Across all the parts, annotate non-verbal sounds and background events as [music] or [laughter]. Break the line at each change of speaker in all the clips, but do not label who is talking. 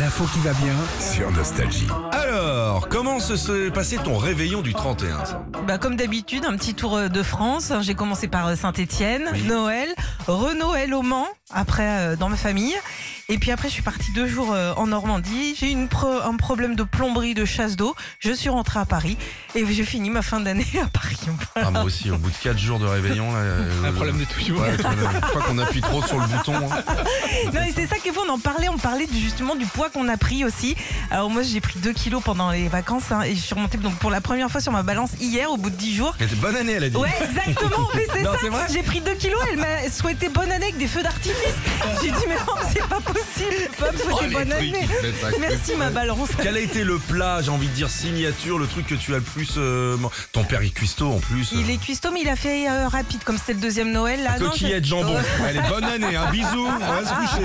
L'info qui va bien.
sur Nostalgie.
Alors, comment se- se passait ton réveillon du 31 ça
Bah, comme d'habitude, un petit tour euh, de France. J'ai commencé par euh, Saint-Étienne, Noël, Renoël au Mans, après euh, dans ma famille. Et puis après, je suis partie deux jours euh, en Normandie. J'ai eu une pro- un problème de plomberie, de chasse d'eau. Je suis rentrée à Paris et j'ai fini ma fin d'année à Paris. [laughs]
Ah, moi aussi, au bout de 4 jours de réveillon, là. euh,
Un problème de toujours.
Ouais, je crois qu'on appuie trop sur le bouton. hein.
Non, et c'est ça qu'il faut, on en parlait, on parlait du- justement du poids qu'on a pris aussi. Alors moi, j'ai pris 2 kilos pendant les vacances hein, et je suis remontée donc, pour la première fois sur ma balance hier, au bout de 10 jours.
Mais Bonne année, elle a dit.
Ouais, exactement, mais c'est
Non,
ça.
c'est vrai
J'ai pris 2 kilos, elle m'a souhaité bonne année avec des feux d'artifice. J'ai dit, mais non, c'est pas possible, pas me
Oh,
Oh,
souhaiter bonne année. Merci ma balance.
Quel a été le plat, j'ai envie de dire, signature, le truc que tu as le plus. euh, man- Ton père est cuistot en plus. euh,
Il est cuistot, mais il a fait euh, rapide, comme c'était le deuxième Noël. Là, non,
Coquillette
je-
jambon. Allez, bonne année, un bisou, on va se coucher.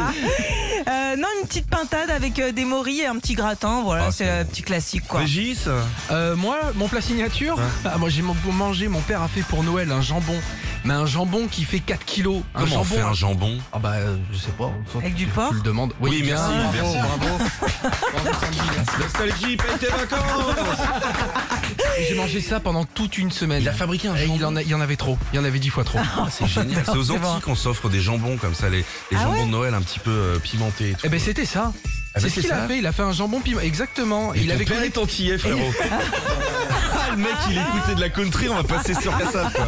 Euh, non, une petite pintade avec euh, des morilles et un petit gratin. Voilà,
Ah,
c'est
c'est
un petit classique, quoi.
Régis
Euh, moi, mon plat signature,
Hein
ah, moi j'ai mon- mangé, mon père a fait pour Noël un jambon. Mais un jambon qui fait 4 kilos. un
Comment on
jambon.
fait un jambon
Ah bah, euh, je sais pas. Toi,
Avec
tu-
du
tu-
porc
Tu le demandes.
Oui, merci,
bravo,
merci.
bravo. Bravo, Sandy, merci.
Nostalgie, paye tes vacances
Et J'ai mangé ça pendant toute une semaine.
Il a fabriqué un
Et
jambon.
il en, a- il y en avait trop. Il y en avait 10
[laughs]
fois trop.
Ah, c'est [laughs] génial. C'est aux
c'est
Antilles
vrai.
qu'on s'offre des jambons comme ça, les, les
Ah
jambons
ouais
de Noël un petit peu euh, pimentés et tout.
Eh ben c'était ça.
Ah ben,
c'est ce
c'est
qu'il
ça.
a fait. Il a fait un jambon piment. Exactement. il avait collé-
antillais, frérot. [laughs] ah, le mec, il écoutait de la country, on va passer [laughs] sur ça, quoi.